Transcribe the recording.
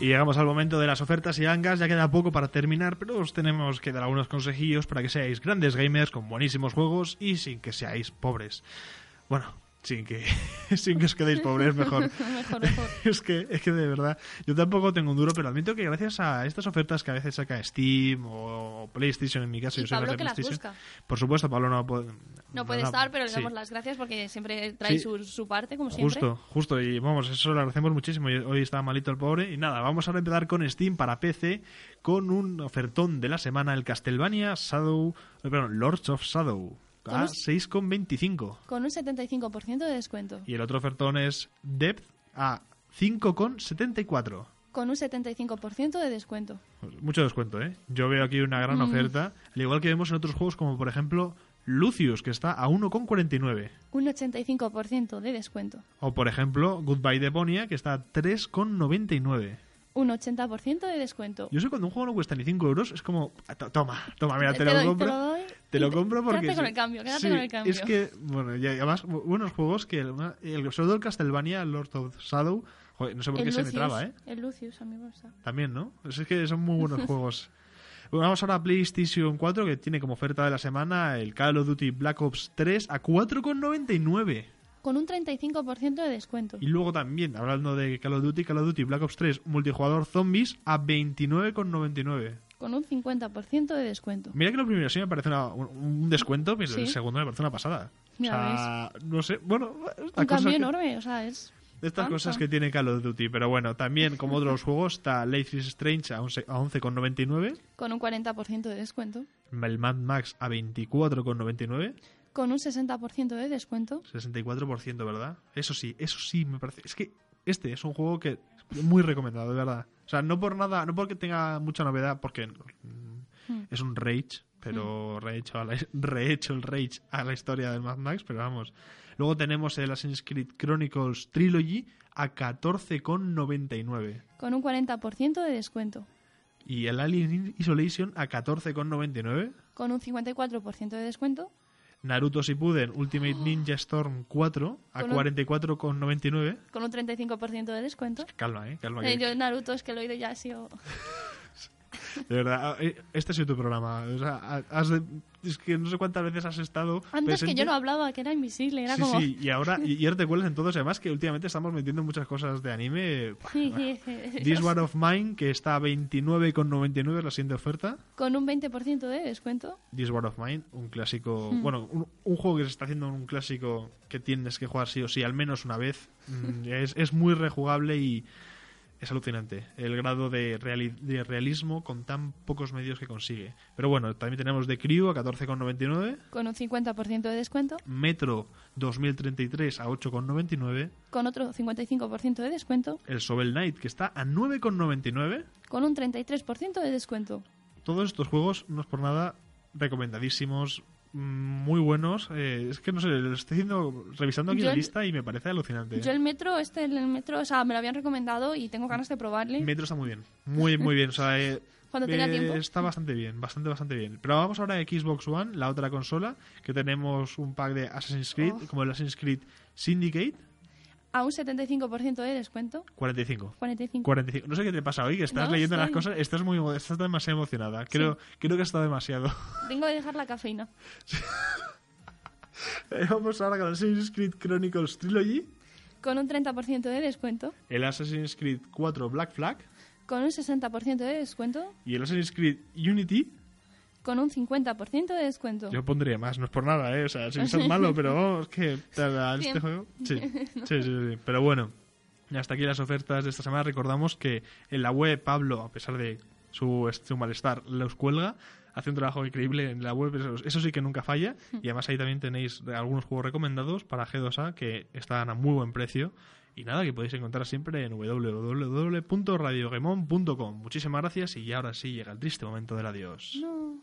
Y llegamos al momento de las ofertas y angas, ya queda poco para terminar, pero os tenemos que dar algunos consejillos para que seáis grandes gamers con buenísimos juegos y sin que seáis pobres. Bueno, sin que, sin que os quedéis pobres, mejor. Mejor, mejor. Es que, es que de verdad, yo tampoco tengo un duro, pero admito que gracias a estas ofertas que a veces saca Steam o PlayStation, en mi caso, Y yo soy más Pablo de que las PlayStation. busca. Por supuesto, Pablo no puede, No puede no- estar, pero le sí. damos las gracias porque siempre trae Sí. su, su parte, como siempre. Justo, justo, y vamos, eso lo agradecemos muchísimo. y Hoy estaba malito el pobre. Y nada, vamos ahora a empezar con Steam para PC, con un ofertón de la semana, el Castlevania Shadow, eh, perdón, Lords of Shadow, ¿Cómo a es? 6,25. Con un 75% de descuento. Y el otro ofertón es Depth a 5,74. Con un 75% de descuento. Pues Mucho descuento, ¿eh? Yo veo aquí una gran oferta, al igual que vemos en otros juegos como por ejemplo Lucius, que está a 1,49. Un 85% de descuento. O por ejemplo Goodbye Deponia, que está a 3,99. Un 80% de descuento. Yo sé cuando un juego no cuesta ni 5 euros, es como, "Ah, "To- toma, toma, mira, te, lo doy, compro. Eh, te lo doy. Te lo y compro porque... Quédate con sí. el cambio, quédate Sí, con el cambio. Es que, bueno, y además, bu- buenos juegos que... El, el- sobre todo el Castlevania, Lord of Shadow, joder, no sé por el qué se me Lucius, traba, ¿eh? El Lucius, a mí me gusta. También, ¿no? Es que son muy buenos juegos. Bueno, vamos ahora a PlayStation 4, que tiene como oferta de la semana el Call of Duty Black Ops 3 a 4,99. Con un 35% de descuento. Y luego también, hablando de Call of Duty, Call of Duty Black Ops 3 multijugador zombies a 29,99. Con un 50% de descuento. Mira que lo primero sí me parece una- un, un descuento, pero el Sí. segundo me parece una pasada. Ya o sea, no sé, bueno, estas Un cosas, cambio que, enorme, o sea, es... estas Pam, cosas pam. que tiene Call of Duty. Pero bueno, también como otros juegos está Life is Strange a 11 a 11,99, Con un 40% de descuento. el Mad Max a 24,99, Con un 60% de descuento. 64%, ¿verdad? Eso sí, eso sí me parece. Es que este es un juego que es muy recomendado, de verdad. O sea, no por nada, no porque tenga mucha novedad, porque mm, Mm. es un Rage, pero Hmm. rehecho, a la- rehecho el Rage a la historia del Mad Max, pero vamos. Luego tenemos el Assassin's Creed Chronicles Trilogy a 14,99 Con un 40% de descuento. y el Alien Isolation a 14,99. Con un 54% de descuento. Naruto Shippuden Ultimate Ninja Storm 4 a Oh. Con un- 44,99. Con un 35% de descuento. Calma, eh, calma. Eh, que- Pues yo en Naruto es que lo he oído ya ha sido... De verdad, eh, este ha sido tu programa. O sea, has de- es que no sé cuántas veces has estado. Antes que presente. yo no hablaba, que era invisible, era Sí, como... sí, y ahora, y, y ahora te cuelas en todos. Además, que últimamente estamos metiendo muchas cosas de anime. This War of Mine, que está a 29,99 es la siguiente oferta. Con un 20% de descuento. This War of Mine, un clásico. Bueno, un, un juego que se está haciendo un clásico que tienes que jugar sí o sí, al menos una vez. Mm, es, es muy rejugable y es alucinante el grado de, reali- de realismo con tan pocos medios que consigue. Pero bueno, también tenemos The Crew a 14,99, Con un 50% de descuento. Metro 2033 a 8,99, Con otro 55% de descuento. El Sobel Knight que está a 9,99. Con un 33% de descuento. Todos estos juegos, no es por nada, recomendadísimos, mm, muy buenos. Eh, es que no sé, lo estoy haciendo, revisando aquí Yo la el- lista y me parece alucinante. eh. Yo el metro, este, el metro, o sea, me lo habían recomendado y tengo ganas de probarle. Metro está muy bien, muy, muy bien. O sea, eh, Cuando tenga eh, tiempo. Está bastante bien, bastante, bastante bien. Pero vamos ahora a Xbox One, la otra consola, que tenemos un pack de Assassin's Creed, Oh. como el Assassin's Creed Syndicate, A un 75% de descuento. 45. 45. 45. No sé qué te pasa hoy, que estás No, leyendo las estoy- cosas, estás muy emo- estás demasiado emocionada. Creo, creo que está demasiado. Tengo que dejar la cafeína. Eh, Vamos ahora con Assassin's Creed Chronicles Trilogy, Con un 30% de descuento. el Assassin's Creed 4 Black Flag Con un 60% de descuento. y el Assassin's Creed Unity. Con un 50% de descuento. Yo pondría más, no es por nada, ¿eh? O sea, sin ser malo, pero vamos, que para este Bien. juego. Sí. sí, sí, sí. Pero bueno, hasta aquí las ofertas de esta semana. Recordamos que en la web, Pablo, a pesar de su, su malestar, los cuelga. Hace un trabajo increíble en la web, eso, eso sí que nunca falla. Y además ahí también tenéis algunos juegos recomendados para G2A que están a muy buen precio. Y nada, que podéis encontrar siempre en www.radiogemon.com. Muchísimas gracias y ya ahora sí llega el triste momento del adiós. No.